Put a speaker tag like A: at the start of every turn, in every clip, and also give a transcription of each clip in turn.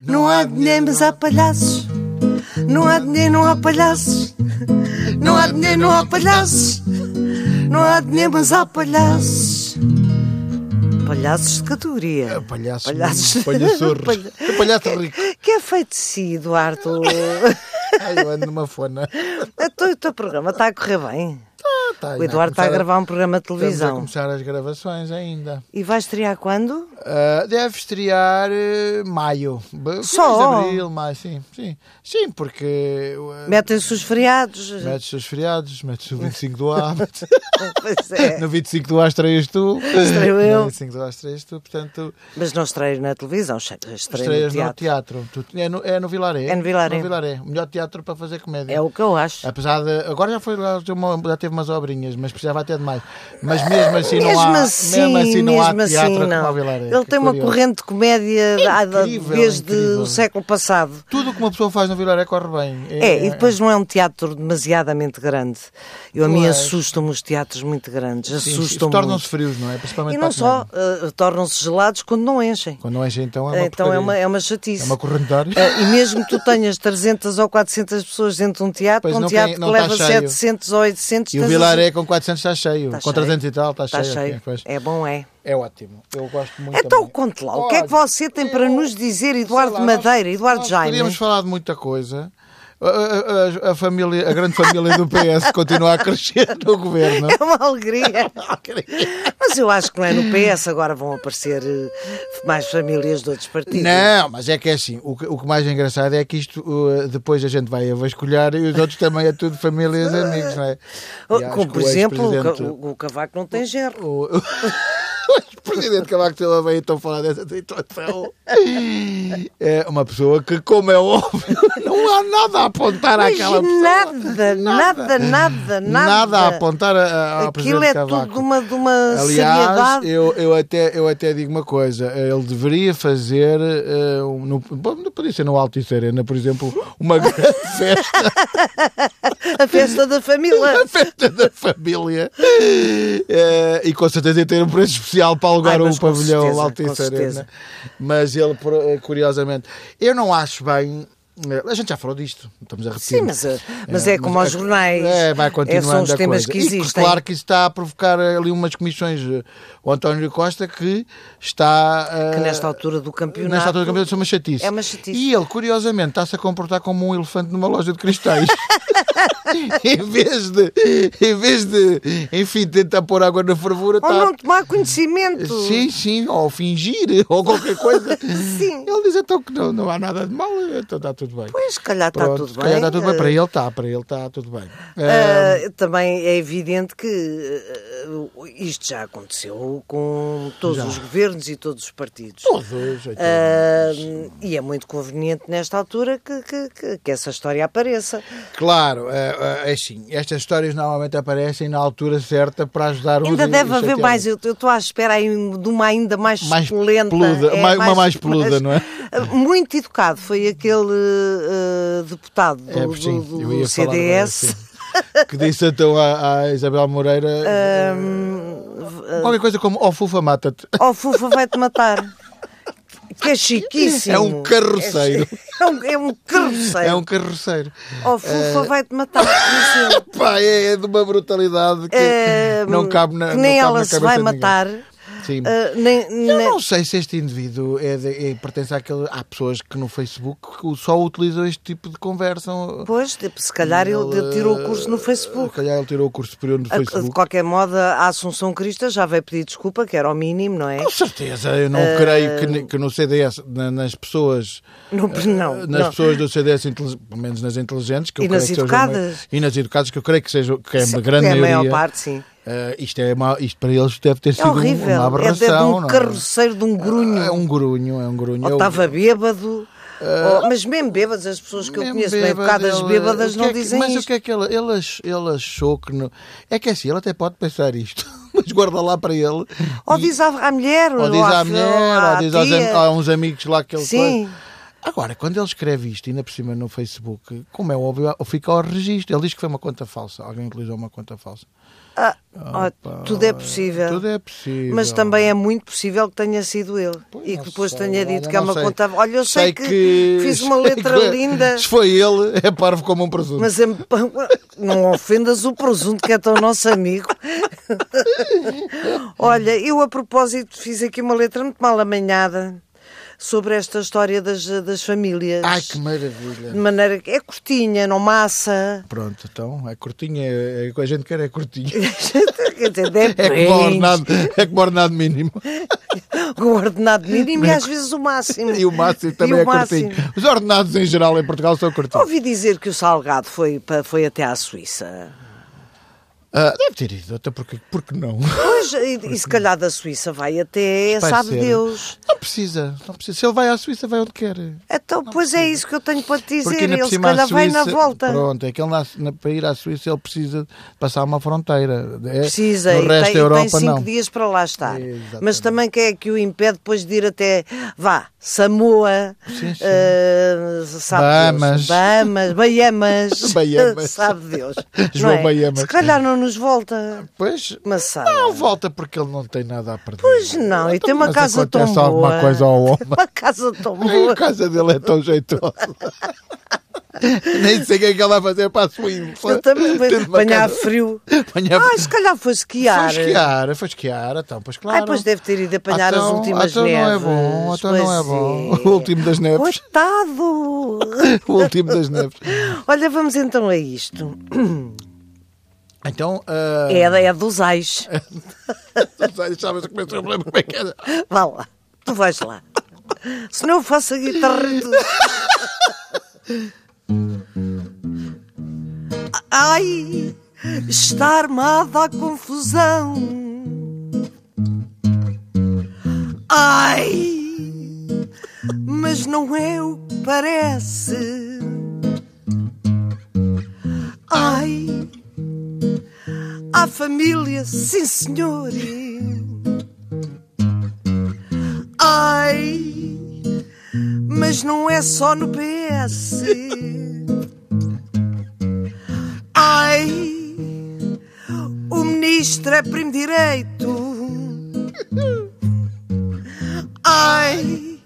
A: Não há dinheiro, mas há palhaços. Não há dinheiro, não há palhaços. Não há dinheiro, não há palhaços. Não há dinheiro, mas há palhaços. Palhaços de categoria.
B: Palhaços.
A: É, Palhaços.
B: Palhaçorros.
A: Palha-
B: É Palhaço rico.
A: Que é feito de si, Eduardo?
B: Ai, eu ando numa fona.
A: Então, o teu programa está a correr bem.
B: Ah, tá,
A: O Eduardo está a gravar um programa de
B: Estamos a
A: televisão.
B: começar as gravações ainda.
A: E vai estrear quando?
B: Ah, deve estrear eh, maio. B-
A: Só?
B: Abril, maio, sim. Sim, sim porque... eh,
A: Metem-se os feriados.
B: Metes os feriados, metes o 25 do A, metes-
A: Pois é.
B: no 25 do A estreias tu.
A: Estreio eu.
B: No 25 do A estreias tu, portanto,
A: Mas não estreio na televisão, estreio no
B: estreias no
A: teatro.
B: teatro. Tu- É no, é no Vilaré.
A: É no Vilaré.
B: O melhor teatro para fazer comédia.
A: É o que eu acho.
B: Apesar de. Agora já, foi, já teve uma- já teve umas obrinhas, mas precisava até de mais. Mas mesmo assim não
A: mesmo
B: há.
A: assim,
B: mesmo assim não há
A: mesmo assim
B: teatro
A: não.
B: como a Vilaré.
A: Ele
B: Que
A: tem uma
B: curioso.
A: corrente de comédia da- da-
B: É incrível,
A: desde
B: incrível.
A: o século passado.
B: Tudo o que uma pessoa faz no Vilaré corre bem.
A: É, e depois não é um teatro demasiadamente grande. Eu a mim
B: Pois.
A: assustam-me os teatros muito grandes,
B: sim,
A: assustam-me.
B: Tornam-se
A: muito.
B: frios, não é? Principalmente
A: E
B: para
A: não
B: a
A: só,
B: comédia.
A: eh, tornam-se gelados quando não enchem.
B: Quando não enche, então é uma
A: então é uma,
B: porcaria.
A: é uma chatice.
B: É uma correntária.
A: Eh, e mesmo que tu tenhas 300 ou 400 pessoas dentro de um teatro,
B: Pois
A: um
B: não
A: teatro
B: tem-
A: que
B: não está
A: leva
B: cheio.
A: 700 ou 800,
B: E o
A: tens
B: Vilaré com 400 está cheio.
A: Está
B: com 300 e tal está,
A: Está
B: cheio.
A: cheio.
B: sim, pois.
A: É bom, é.
B: É ótimo. Eu gosto muito
A: Então
B: também.
A: conte lá, o que é que
B: Olha,
A: você tem para
B: eu-
A: nos dizer, Eduardo
B: sei lá,
A: Madeira,
B: nós-
A: Eduardo
B: nós
A: Jaime?
B: Podíamos falar de muita coisa. A, a- a- a família, a grande família do PS continua a crescer no governo.
A: É uma alegria. Mas eu acho que não é no PS, agora vão aparecer eh, mais famílias de outros partidos.
B: Não, mas é que é assim. O que, o que mais é engraçado é que isto uh, depois a gente vai a vasculhar e os outros também é tudo famílias e amigos, não é?
A: Oh,
B: E acho
A: Como,
B: que
A: por
B: o
A: exemplo, o,
B: ex-presidente-
A: Ca- o- o Cavaco não tem gerro.
B: O, o ex-presidente Cavaco Silva veio então falar dessa situação. É uma pessoa que, como é óbvio, não há nada a apontar
A: Mas
B: àquela pessoa.
A: nada, nada, nada, nada.
B: Nada a apontar a- a- ao
A: Aquilo
B: presidente
A: é
B: Cavaco.
A: tudo de uma, de uma
B: Aliás,
A: seriedade.
B: eu, eu, até, eu até digo uma coisa: ele deveria fazer, eh, um- no, bom, não podia ser no Altice Arena, por exemplo, uma grande festa,
A: A festa da família.
B: a festa da família, Eh, e com certeza ia ter um preço especial para alugar
A: Ai,
B: um
A: mas com
B: pavilhão
A: certeza, com
B: Altice
A: certeza.
B: Arena. Mas ele, por- eh, curiosamente, eu não acho bem. eh, A gente já falou disto, estamos a repetir.
A: Sim, mas, eh, mas é, como aos jornais.
B: É, vai
A: É,
B: continuando
A: são os
B: a
A: temas
B: coisa.
A: que
B: E
A: existem.
B: claro que isso está a provocar ali umas comissões. eh, O António Costa que está... eh,
A: que nesta altura do campeonato.
B: Nesta altura do campeonato, isso é uma chatice.
A: É uma chatice.
B: E ele, curiosamente, está-se a comportar como um elefante numa loja de cristais. em, vez de, em vez de, enfim, tentar pôr água na fervura,
A: Ou
B: está...
A: Oh, não tomar conhecimento.
B: Tá. Sim, sim, ou fingir, ou qualquer coisa.
A: Sim.
B: Ele diz então que não, não há nada de mal, então está tudo bem.
A: Pois, se calhar está
B: Pronto,
A: Tá tudo
B: se
A: bem.
B: calhar está tudo bem. Para
A: Eh,
B: ele está, para ele está tudo bem. Eh,
A: eh, também é evidente que eh, eh, isto já aconteceu com todos os governos e todos os partidos.
B: Todos, oito
A: Ah, e é muito conveniente nesta altura que, que- que- que essa história apareça.
B: Claro, é, é assim, estas histórias normalmente aparecem na altura certa para ajudar uns
A: Ainda
B: e-
A: deve
B: e
A: haver
B: chatear
A: mais, um eu eu estou à espera aí de uma ainda mais,
B: Mais
A: polenta. é
B: peluda, uma- uma mais peluda, não é?
A: Muito educado, foi aquele eh, deputado do,
B: outros. É, pois sim,
A: do- do-
B: eu
A: do
B: ia falar agora,
A: CDS.
B: sim. que disse então à, à Isabel Moreira eh, qualquer coisa como ó Fufa mata-te.
A: Ó, Fufa Oh, vai-te matar. Que é chiquíssimo.
B: É um carroceiro.
A: É, um, é um carroceiro.
B: É um é- carroceiro.
A: Ó, Fufa vai-te matar. Diz ele.
B: Pá, é, é de uma brutalidade que
A: Eh,
B: não cabe na
A: que nem
B: não cabe
A: ela
B: na
A: se
B: cabeça
A: vai
B: de ninguém.
A: matar.
B: Sim.
A: Ah, nem, nem-
B: Eu não sei se este indivíduo é de- é- pertence àquele. Há pessoas que no Facebook que só utilizam este tipo de conversa.
A: Pois, tipo, se calhar ele, ele tirou o curso no
B: Se
A: Facebook.
B: calhar ele tirou o curso superior no
A: Ah, De
B: eh, Facebook.
A: qualquer modo, a Assunção Crista já veio pedir desculpa, que era o mínimo, não é?
B: Com certeza, eu não creio que, ne- que no CDS, na- nas pessoas.
A: Não, não,
B: eh, nas
A: não.
B: pessoas do CDS, intele- pelo menos nas inteligentes, que eu
A: E
B: creio
A: nas
B: que sejam
A: educadas.
B: uma- e nas educadas, que eu creio que, seja, que é uma grande
A: é a
B: maioria.
A: maior parte, sim.
B: eh, isto, é uma- isto para eles deve ter
A: É
B: sido um-
A: horrível.
B: uma
A: é de- de
B: aberração.
A: um
B: não é?
A: carroceiro, de um grunho.
B: É um grunho, é um grunho.
A: Ou
B: Eu-
A: estava bêbado. ou- mas mesmo bêbadas, as pessoas que eu
B: Ah, Mesmo
A: conheço bem
B: bêbado,
A: educadas
B: ele-
A: bêbadas
B: o que
A: não
B: é que-
A: dizem
B: Mas o
A: isto.
B: que é que ele, ele, ach- ele achou que. Não, é que é assim, ele até pode pensar isto, mas guarda lá para ele.
A: Ou
B: E-
A: diz à, à mulher,
B: ou diz à mulher,
A: Oh, à
B: ou diz aos, am-
A: tia.
B: a uns amigos lá que ele
A: Sim.
B: coisa. Agora, quando ele escreve isto, ainda por cima no Facebook, como é óbvio, fica ao registro. Ele diz que foi uma conta falsa. Alguém utilizou uma conta falsa.
A: Ah, ó, tudo é possível.
B: Tudo é possível.
A: Mas também é muito possível que tenha sido ele.
B: Pois,
A: e
B: não
A: que depois
B: sei,
A: tenha
B: olha,
A: dito que é
B: não
A: uma
B: sei.
A: conta. Olha, eu sei, que, fiz uma
B: sei
A: letra
B: que-
A: linda,
B: Se foi ele, é parvo como um presunto.
A: mas é- não ofendas o presunto que é tão nosso amigo. Olha, eu a propósito fiz aqui uma letra muito mal amanhada sobre esta história das, das famílias.
B: Ai, que maravilha.
A: De maneira que é curtinha, não massa.
B: Pronto, então, é curtinha, é, é, o que a gente quer é curtinha.
A: Quer dizer,
B: É que o
A: depende.
B: ordenado, é que o ordenado mínimo.
A: O ordenado mínimo e às vezes o máximo.
B: E o máximo
A: E
B: também
A: o
B: é curtinho.
A: máximo.
B: Os ordenados em geral em Portugal são curtinhos.
A: Ouvi dizer que o Salgado foi, pa- foi até à Suíça.
B: Ah, deve ter ido, até porque, porque não?
A: Pois, e, e se calhar da Suíça vai até,
B: Vai
A: sabe
B: ser.
A: Deus.
B: Não precisa, não precisa. Se ele vai à Suíça, vai onde quer.
A: Então, pois é isso que eu tenho para te dizer.
B: Porque ainda
A: Ele
B: por
A: se
B: cima à
A: calhar vai na
B: Suíça-
A: volta.
B: Pronto, é que ele nasce- na- para ir à Suíça ele precisa de passar uma fronteira. É,
A: Precisa,
B: no
A: e
B: resto
A: tem,
B: da
A: e
B: Europa
A: tem cinco
B: não.
A: dias para lá estar.
B: Exatamente.
A: Mas também quem é que o impede depois de ir até, vá, Samoa,
B: Sim, sim.
A: eh, sabe
B: Bahamas.
A: Deus, Bahamas, Bahamas,
B: Bahamas.
A: sabe Deus.
B: João
A: não é?
B: Bahamas.
A: Se calhar não nos volta,
B: Pois,
A: mas sabe.
B: não volta porque ele não tem nada a perder.
A: Pois não, e
B: Então,
A: tem uma
B: mas
A: casa tão
B: acontece alguma
A: boa.
B: coisa ao homem.
A: Tem uma casa tão
B: Ai,
A: boa.
B: a casa dele é tão jeitosa. Nem sei o que é que ela vai fazer para a sua infância.
A: Eu também venho apanhar frio.
B: Apanhar
A: Ah, se calhar foi esquiar.
B: Foi esquiar, foi esquiar, então, pois claro.
A: Ah, pois deve ter ido apanhar
B: Então-
A: as últimas
B: então não é
A: neves.
B: bom, então não é
A: Pois
B: bom. O último das neves.
A: Coitado!
B: O último das neves.
A: Olha, vamos então a isto.
B: Então, ah,
A: É, é dos ais.
B: não sei, sabes como é que eu me lembro como é que era.
A: Vá lá, tu vais lá. Se não eu faço a guitarra. Ai, está armada a confusão. Ai, mas não é o que parece. Ai, a família, sim senhor. Ai, mas não é só no PS. Ai, o ministro é primo direito. Ai,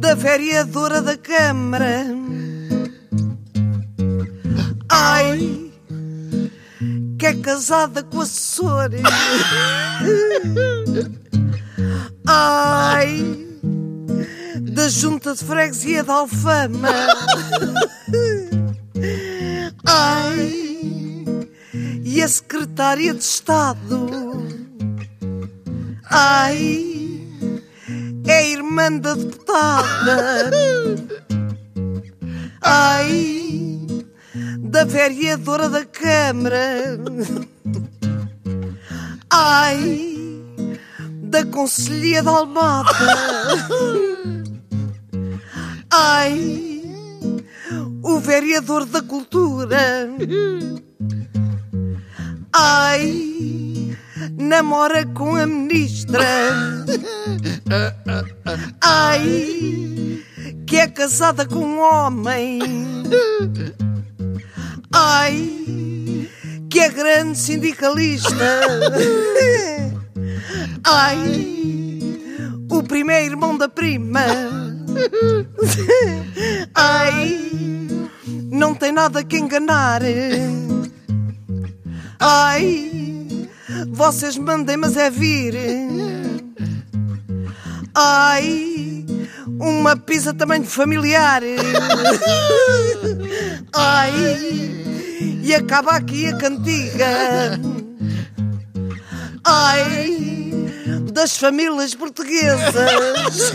A: da vereadora da Câmara. Ai, que é casada com assessor. Ai, da junta de freguesia da Alfama. Ai, e a secretária de Estado. Ai, é a irmã da deputada. Ai, da vereadora da Câmara. Ai da Conselhia da Almada. Ai, o vereador da Cultura. Ai, namora com a ministra. Ai, que é casada com um homem. Ai, que é grande sindicalista. Ai, o primeiro irmão da prima. Ai, não tem nada que enganar. Ai, vocês mandem, mas é vir. Ai, uma pizza também de familiar. Ai, e acaba aqui a cantiga. Ai, das famílias portuguesas.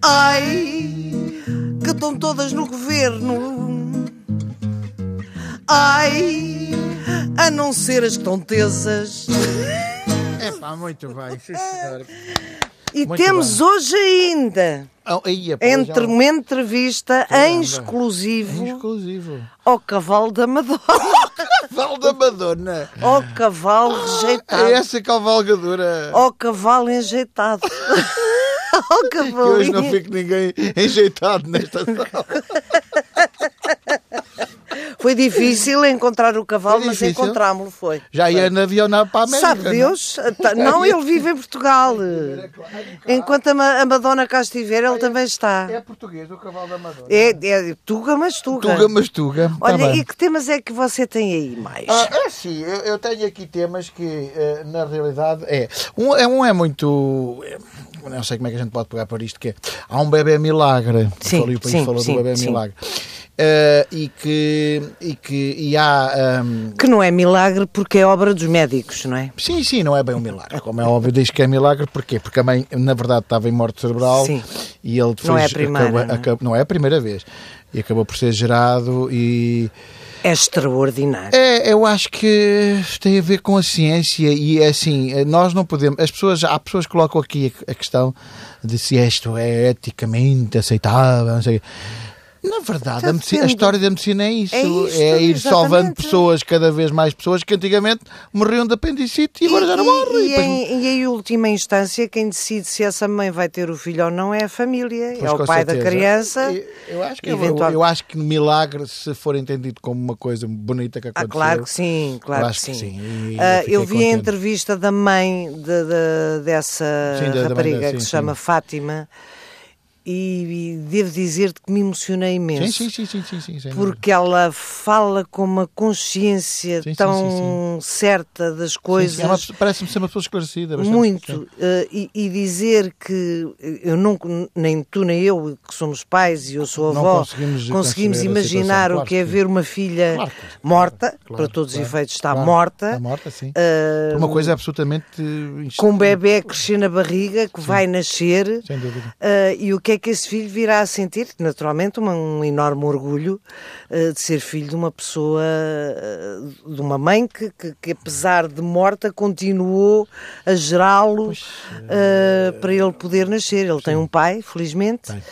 A: Ai, que estão todas no governo. Ai, a não ser as que estão tesas.
B: É pá, muito bem, sim senhora.
A: E
B: Muito
A: temos hoje ainda,
B: Ah, aí, é pá, já
A: entre
B: é um-
A: uma entrevista em
B: Caramba.
A: exclusivo
B: Exclusivo.
A: ao cavalo da Madonna.
B: Val da Madonna.
A: Ao cavalo
B: É
A: rejeitado.
B: essa cavalgadura.
A: Ao cavalo enjeitado. ao
B: Que hoje não
A: cavalinho.
B: fique ninguém enjeitado nesta sala.
A: Foi difícil encontrar o cavalo,
B: Foi
A: mas
B: difícil?
A: encontrámo-lo foi.
B: Já ia na avionar para a América. é?
A: Sabe Deus? Tá- Não, ele vive em Portugal. Enquanto a Ma- a Madonna cá estiver, ele também está.
B: É português, o cavalo da Madonna.
A: É, é Tuga, mas Tuga.
B: Tuga, mas Tuga. Tá
A: Olha,
B: bem.
A: e que temas é que você tem aí mais?
B: Ah, é sim, eu, eu tenho aqui temas que eh, na realidade é. Um é, um é muito. é, eu não sei como é que a gente pode pegar para isto, que é, há um bebê milagre.
A: Sim,
B: Falei, o país
A: sim,
B: falou
A: sim,
B: do bebê
A: sim.
B: milagre. Eh, e que. E que e há. ahm,
A: Que não é milagre porque é obra dos médicos, não é?
B: Sim, sim, não é bem um milagre. Como é óbvio, diz que é milagre, porquê? Porque a mãe, na verdade, estava em morte cerebral
A: Sim.
B: e ele depois.
A: Não é a primeira,
B: acaba-
A: não é?
B: acaba- não é a primeira vez. E acabou por ser gerado e.
A: É extraordinário.
B: É, eu acho que tem a ver com a ciência e é assim, eh, nós não podemos, as pessoas, há pessoas que colocam aqui a, a questão de se isto é eticamente aceitável, não sei. Na verdade, a, medicina- a
A: Depende.
B: história da medicina é isso,
A: É isto,
B: ir salvando
A: exatamente.
B: pessoas, cada vez mais pessoas que antigamente morriam de apendicite e agora já não morrem.
A: e,
B: Pois-
A: em, e em última instância, quem decide se essa mãe vai ter o filho ou não é a família,
B: Pois,
A: é o
B: com
A: pai da
B: certeza.
A: criança.
B: Eu, eu acho que é-
A: eventual-
B: eu acho que milagre, se for entendido como uma coisa bonita que
A: Ah,
B: aconteceu.
A: claro que sim, claro
B: eu
A: que
B: acho
A: sim.
B: que sim, e
A: Ah,
B: eu
A: eu vi
B: fiquei
A: a
B: contente.
A: entrevista da mãe de- de- dessa
B: Sim, da- da mãe
A: rapariga
B: dela,
A: que
B: sim,
A: se chama Fátima e, e devo dizer-te que me emocionei imenso.
B: Sim, sim, é sim, sim, sim, sim, sem dúvida.
A: Porque ela fala com uma consciência
B: Sim, sim,
A: tão
B: sim,
A: certa das
B: Sim,
A: coisas.
B: sim, é uma pessoa- Parece-me ser uma pessoa esclarecida. bastante
A: Muito.
B: esclarecida.
A: eh, e, e dizer que eu não, nem tu nem eu, que somos pais e eu sou
B: Não
A: avó,
B: conseguimos conceber a
A: imaginar
B: situação,
A: o que é
B: claro que-
A: ver uma filha
B: Claro que-
A: morta,
B: claro,
A: para todos
B: claro,
A: os efeitos está
B: claro.
A: morta,
B: Está morta, sim.
A: eh,
B: uma coisa absolutamente. eh,
A: com um bebê a crescer na barriga, que vai nascer,
B: Sem dúvida.
A: eh, e o que é que esse filho virá a sentir? Naturalmente, uma- um enorme orgulho eh, de ser filho de uma pessoa, eh, de uma mãe que, que- que, apesar de morta, continuou a gerá-lo eh, para ele poder nascer. Ele tem um pai, felizmente.
B: Tem.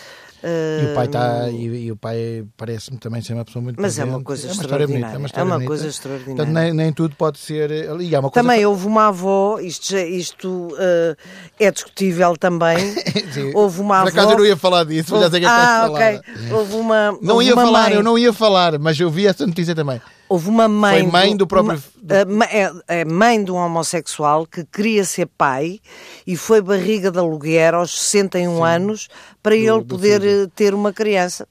A: Eh,
B: E o pai está. E, e o pai parece-me também ser uma pessoa muito.
A: Mas é uma
B: presente.
A: coisa
B: história bonita,
A: extraordinária,
B: história
A: é uma
B: bonita.
A: coisa extraordinária.
B: Portanto, nem, nem tudo pode ser. eh, E há uma coisa.
A: Também houve uma avó, isto, já- isto eh, é discutível também.
B: Sim.
A: houve uma
B: Por
A: avó.
B: acaso eu não ia falar disso, mas já sei que é
A: ah,
B: para falar.
A: ok. Houve uma.
B: Não
A: houve
B: ia
A: uma
B: falar,
A: mãe,
B: eu não ia falar, mas eu vi essa notícia também.
A: Houve uma mãe.
B: Foi mãe do próprio-
A: ma- a ma- é- é mãe de um homossexual que queria ser pai e foi barriga de aluguer aos 61 anos para ele poder eh, ter uma criança.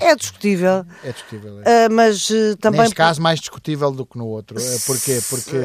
A: É discutível.
B: É discutível. é.
A: Ah, mas eh, também.
B: Neste caso, mais discutível do que no outro. É, Porquê? Porque,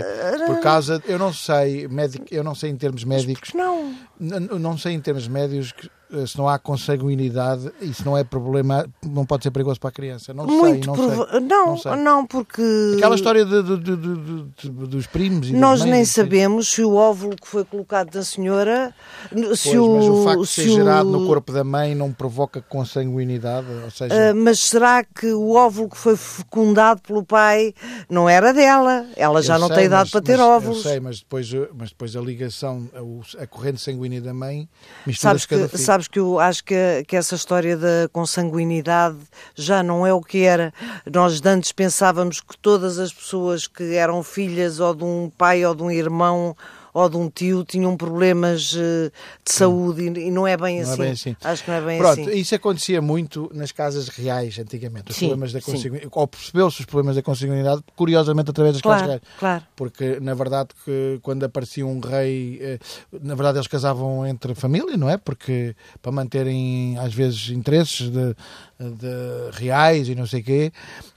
B: por causa. Eu não sei, médico, eu não sei em termos médicos.
A: Não.
B: N- n- Não sei em termos médios que, eh, se não há consanguinidade, isso não é problema, não pode ser perigoso para a criança. Não sei,
A: Muito
B: não
A: prova-
B: sei.
A: Não,
B: sei.
A: não, porque.
B: Aquela história de- de- de- de- de- dos primos e dos
A: Nós
B: meios,
A: nem
B: isso-
A: sabemos se o óvulo que foi colocado da senhora. se
B: Pois, mas o facto de
A: se
B: ser
A: o-
B: gerado no corpo da mãe não provoca consanguinidade, ou seja,
A: Ah, mas será que o óvulo que foi fecundado pelo pai não era dela? Ela já
B: Eu
A: não
B: sei,
A: tem idade
B: mas-
A: para ter
B: mas-
A: óvulos.
B: Eu sei, mas depois, uh, mas depois a ligação, a, o- a corrente sanguínea da mãe mistura
A: Sabes
B: se cada
A: que,
B: filho.
A: sabes que eu acho que, que essa história da consanguinidade já não é o que era. Nós de antes pensávamos que todas as pessoas que eram filhas ou de um pai ou de um irmão ou de um tio tinham problemas eh, de saúde e, e não é bem
B: Hum. Não
A: assim.
B: é bem assim.
A: Acho que não é bem
B: Pronto,
A: assim.
B: isso acontecia muito nas casas reais antigamente. Os
A: Sim,
B: problemas da
A: sim.
B: consanguinidade, ou percebeu-se os problemas da consanguinidade, curiosamente, através das
A: Claro,
B: casas reais.
A: claro.
B: Porque, na verdade, que quando aparecia um rei, eh, na verdade, eles casavam entre família, não é? Porque para manterem, às vezes, interesses de, de reais e não sei quê.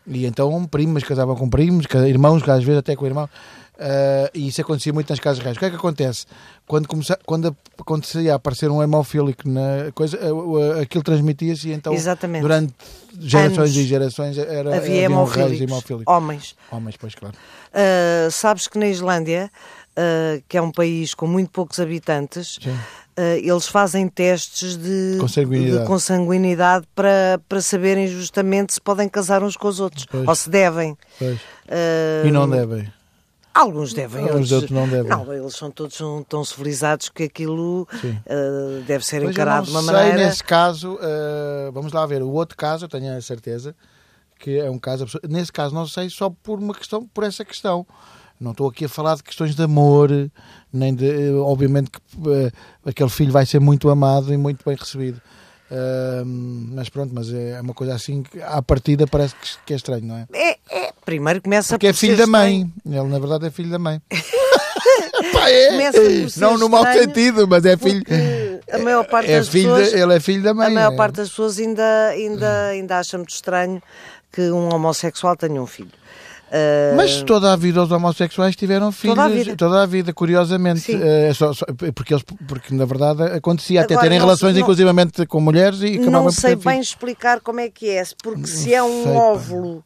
B: E então, primos casavam com primos, ca- irmãos, às vezes até com irmãos. Ah, e isso acontecia muito nas casas reais. O que é que acontece? Quando, começa, quando a- acontecia a aparecer um hemofílico na coisa, ah, ah, aquilo transmitia-se e então
A: Exatamente.
B: durante um gerações
A: Anos.
B: e gerações era,
A: Havia
B: haviam
A: hemofílicos,
B: reis
A: Oh.
B: hemofílicos.
A: homens.
B: Homens, pois claro.
A: Uh, sabes que na Islândia, uh, que é um país com muito poucos habitantes,
B: Sim.
A: uh, eles fazem testes de
B: Consanguinidade.
A: de consanguinidade para, para saberem justamente se podem casar uns com os outros
B: Pois.
A: ou se devem.
B: Pois.
A: Uh,
B: E não devem.
A: Alguns devem, outros,
B: Alguns outros não devem.
A: Não, eles são todos são tão civilizados que aquilo
B: Sim.
A: uh, deve ser
B: Mas eu
A: encarado de
B: não
A: uma
B: sei
A: maneira.
B: nesse caso, ah, vamos lá ver, o outro caso, eu tenho a certeza que é um caso absurdo. Nesse caso não sei só por uma questão, por essa questão. Não estou aqui a falar de questões de amor, nem de. Obviamente que eh, aquele filho vai ser muito amado e muito bem recebido. Ah, mas pronto, mas é uma coisa assim que à partida parece que, que é estranho, não é?
A: É, é, primeiro começa
B: Porque é
A: por ser
B: filho da
A: estranho.
B: mãe. Ele, na verdade, é filho da mãe. Pá, é.
A: Começa por ser
B: Não no mau
A: estranho,
B: sentido, mas é filho.
A: porque a maior parte
B: é
A: das
B: filho
A: pessoas-
B: de- ele é filho da mãe.
A: A maior
B: é.
A: parte das pessoas ainda, ainda, ainda acha muito estranho que um homossexual tenha um filho. Ah,
B: Mas toda a vida os homossexuais tiveram filhos.
A: Toda a vida.
B: toda a vida, curiosamente.
A: Sim.
B: Eh, só- só- porque, eles- porque, na verdade, acontecia até
A: Agora,
B: terem
A: não-
B: relações,
A: não-
B: inclusivamente, com mulheres e acabavam
A: não
B: por
A: sei
B: ter
A: bem
B: filhos.
A: explicar como é que é, porque se é um
B: sei, pá.
A: óvulo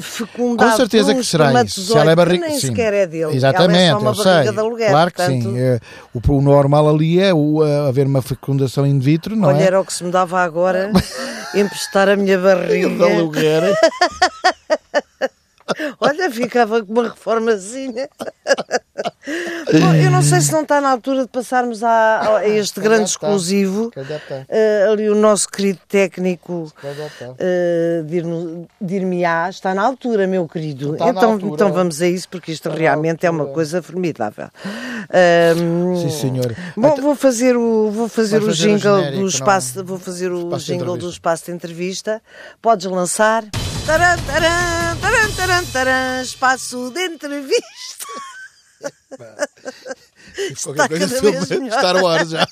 A: fecundado
B: Com certeza
A: por um
B: que será isso. Se
A: espermatozoide
B: ela é
A: que
B: barriga.
A: nem
B: sim.
A: sequer é dele.
B: Exatamente,
A: ela é só uma
B: eu
A: barriga
B: sei.
A: de aluguer.
B: claro que
A: portanto,
B: sim. É, o, o normal ali é o, a- haver uma fecundação in vitro, não
A: Olha,
B: é?
A: era o que se me dava agora emprestar a minha
B: De
A: barriga.
B: aluguer.
A: Olha, ficava com uma reformazinha. Bom, eu não sei se não está na altura de passarmos à- a este grande
B: está.
A: exclusivo.
B: Se calhar está.
A: Eh, ali o nosso querido técnico
B: calhar está.
A: eh, dir-no- dir-me-á, está na altura, meu querido.
B: Está na
A: então,
B: altura.
A: então vamos a isso, porque isto
B: na
A: realmente é uma
B: altura.
A: coisa formidável. Ahm,
B: Sim, senhor.
A: Bom, vou fazer o, vou fazer
B: Vai
A: o
B: fazer o
A: jingle
B: genérico,
A: do
B: não? é?
A: espaço, vou fazer o
B: Espaço de
A: jingle do
B: entrevista.
A: espaço de entrevista. Podes lançar. Taran, taran, taran, taran, taran, espaço de entrevista.
B: Qualquer coisa
A: cada
B: sobre
A: vez melhor.
B: Star Wars já.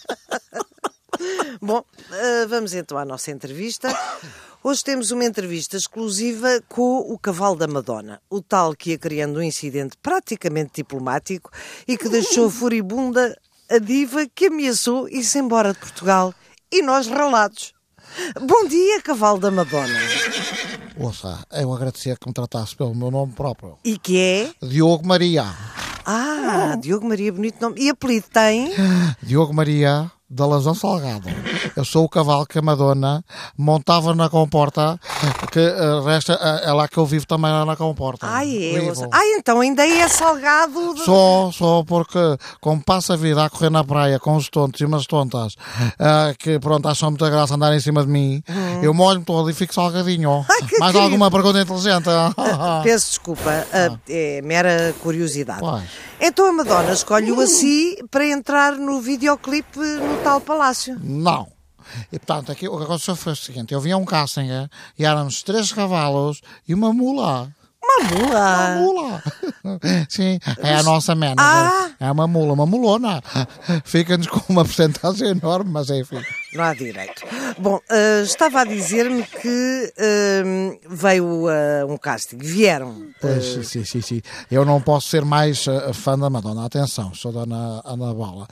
A: Bom, eh, vamos então à nossa entrevista. Hoje temos uma entrevista exclusiva com o cavalo da Madonna, o tal que ia criando um incidente praticamente diplomático e que deixou furibunda a diva que ameaçou ir-se embora de Portugal e nós ralados. Bom dia, cavalo da Madonna.
B: Ouça, eu agradecer que me tratasse pelo meu nome próprio.
A: E que é?
B: Diogo Maria.
A: Ah, Diogo Maria, bonito nome. E apelido tem?
B: Diogo Maria da Lazão Salgado. Eu sou o cavalo que a Madonna montava na comporta, que eh, resta, eh, é lá que eu vivo também lá na comporta.
A: Ai, é.
B: Vivo.
A: ouça- Ai, então ainda é salgado. de-
B: Só, só porque como passa a vida a correr na praia com os tontos e umas tontas eh, que pronto, acham muita graça andar em cima de mim, eu molho-me todo e fico salgadinho.
A: Hum. Ai, que
B: Mais
A: querido.
B: alguma pergunta inteligente?
A: Peço desculpa, ah, é mera curiosidade.
B: Pois. Uh.
A: Então a Madonna escolhe-o assim para entrar no videoclipe no tal palácio.
B: Não. E portanto, aqui, o que aconteceu foi o seguinte: eu vinha um casting eh, e éramos três cavalos e uma mula.
A: Uma
B: Uma
A: mula!
B: mula. Sim, é a nossa manager.
A: Ah.
B: É uma mula, uma mulona. Fica-nos com uma porcentagem enorme, mas enfim.
A: Não há direito. Bom, ah, estava a dizer-me que ah, veio ah, um casting. Vieram.
B: Pois, sim, sim, sim, sim. Eu não posso ser mais eh, fã da Madonna. Atenção, sou Dona Ana Bola.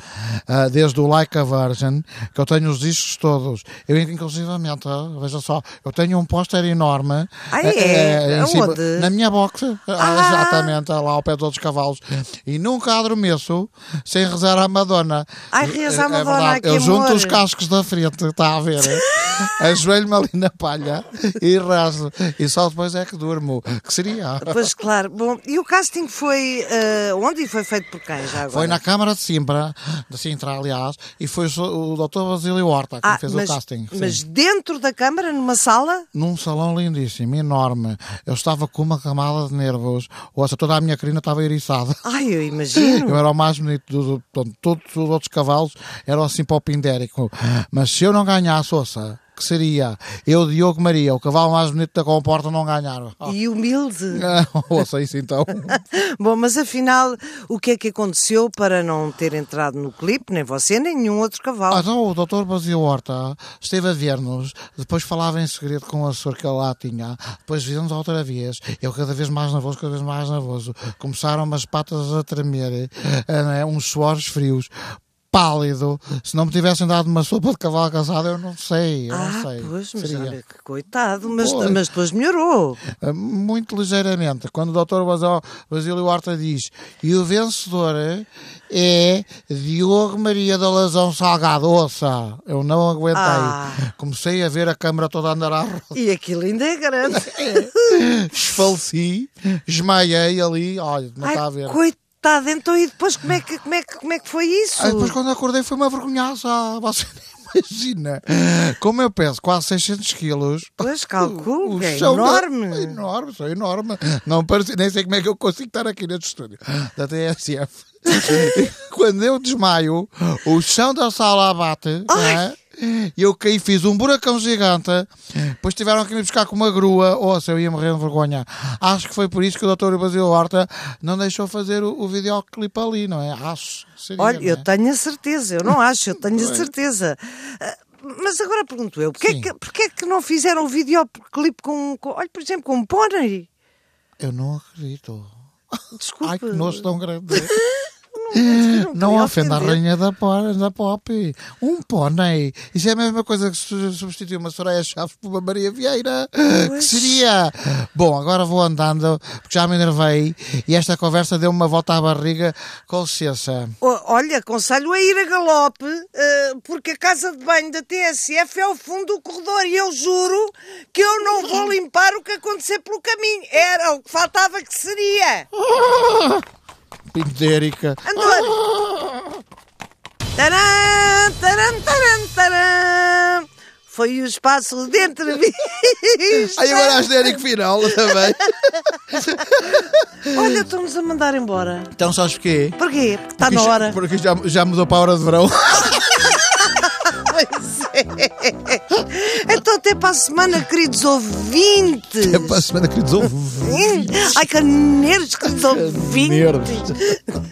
B: Ah, desde o Like a Virgin, que eu tenho os discos todos. Eu, inclusivamente, ah, veja só, eu tenho um póster enorme.
A: Ah,
B: eh,
A: é?
B: eh, em cima-
A: Aonde?
B: na minha box. Ah,
A: Ah!
B: Exatamente, lá ao pé dos outros cavalos. E nunca adormeço sem rezar à Madonna.
A: Ai, reza à
B: É
A: Madonna,
B: verdade.
A: que
B: Eu junto
A: amor.
B: os cascos da frente, está a ver? Ajoelho-me ali na palha e rasgo. E só depois é que durmo. Que seria?
A: Pois claro. Bom, e o casting foi ah, onde e foi feito por quem já agora?
B: Foi na Câmara de Sintra, de Sintra, aliás, e foi o, o Dr. Basílio Horta que
A: Ah,
B: fez
A: mas,
B: o casting. sim.
A: mas dentro da câmara, numa sala?
B: Num salão lindíssimo, enorme. Eu estava com uma camada de nervos. Ouça, toda a minha crina estava eriçada.
A: Ai, eu imagino.
B: Eu era o mais bonito do, do, portanto, todos os outros cavalos eram assim para o pindérico. Mas se eu não ganhasse, ouça, que seria eu, Diogo Maria, o cavalo mais bonito da comporta, não ganhava.
A: E humilde.
B: Ouça isso então.
A: Bom, mas afinal, o que é que aconteceu para não ter entrado no clipe, nem você, nem nenhum outro
B: Ah,
A: cavalo?
B: Então o doutor Basílio Horta esteve a ver-nos, depois falava em segredo com o assessor que ele lá tinha, depois vimos outra vez, eu cada vez mais nervoso, cada vez mais nervoso, começaram umas patas a tremer, eh, né, uns suores frios, pálido, se não me tivessem dado uma sopa de cavalo cansado, eu não sei, eu não sei.
A: Ah, pois, mas
B: Seria.
A: olha que coitado, mas,
B: Pois.
A: mas depois melhorou.
B: Uh, muito ligeiramente, quando o Dr. Basó- Basílio Horta diz e o vencedor eh, é Diogo Maria da Lazão Salgado, ouça, eu não aguentei.
A: Ah.
B: Comecei a ver a câmara toda a andar à roda.
A: E aquilo ainda é grande.
B: Desfaleci, esmaiei ali, olha, não
A: Ai,
B: está a ver.
A: coitado, então e depois como é que, como é que, como é que foi isso?
B: Ah, Aí depois quando acordei foi uma vergonhaça. Você... Imagina, como eu peso quase 600 quilos.
A: Pois calculo,
B: o
A: que é
B: chão da-
A: enorme.
B: Enorme, sou enorme. Não parecia, nem sei como é que eu consigo estar aqui neste estúdio da TSF. Quando eu desmaio, o chão da sala abate. não é? E eu caí, fiz um buracão gigante. Depois tiveram que me buscar com uma grua. Ouça, eu ia morrer de vergonha. Acho que foi por isso que o Dr. Basílio Horta não deixou fazer o, o videoclipe ali, não é? Acho. Seria,
A: Olha,
B: não é?
A: eu tenho a certeza, eu não acho, eu tenho a certeza. Ah, Mas agora pergunto eu, porquê, é
B: Sim.
A: que, porquê é que não fizeram um videoclipe com, com, olha, por exemplo, com um pônei?
B: Eu não acredito.
A: Desculpe.
B: Ai, que nojo tão grande.
A: não,
B: Não
A: queria
B: ofenda a
A: ofender.
B: rainha da, por, da pop. Um pônei. Isso é a mesma coisa que su- substituir uma Soraya Chaves por uma Maria Vieira. Que
A: Pois.
B: seria. Bom, agora vou andando, porque já me enervei e esta conversa deu-me uma volta à barriga. Com licença.
A: O- Olha, aconselho a ir a galope, eh, porque a casa de banho da TSF é ao fundo do corredor e eu juro que eu não
B: Uhum.
A: vou limpar o que acontecer pelo caminho. Era o que faltava que seria.
B: Pindérica.
A: Andor! Taram, taram, taram, taram. Foi o espaço de entrevista.
B: Aí agora às Eric final tá também.
A: Olha, estamos a mandar embora.
B: Então sabes porquê?
A: Porquê? Porque está
B: Porque
A: Tá na
B: já-
A: hora.
B: Porque já, já mudou para a hora de verão.
A: Pois é. Então até para a semana, queridos ouvintes.
B: É para a semana, queridos ouvintes.
A: Ai, caneiros, queridos ouvintes.
B: Nervos.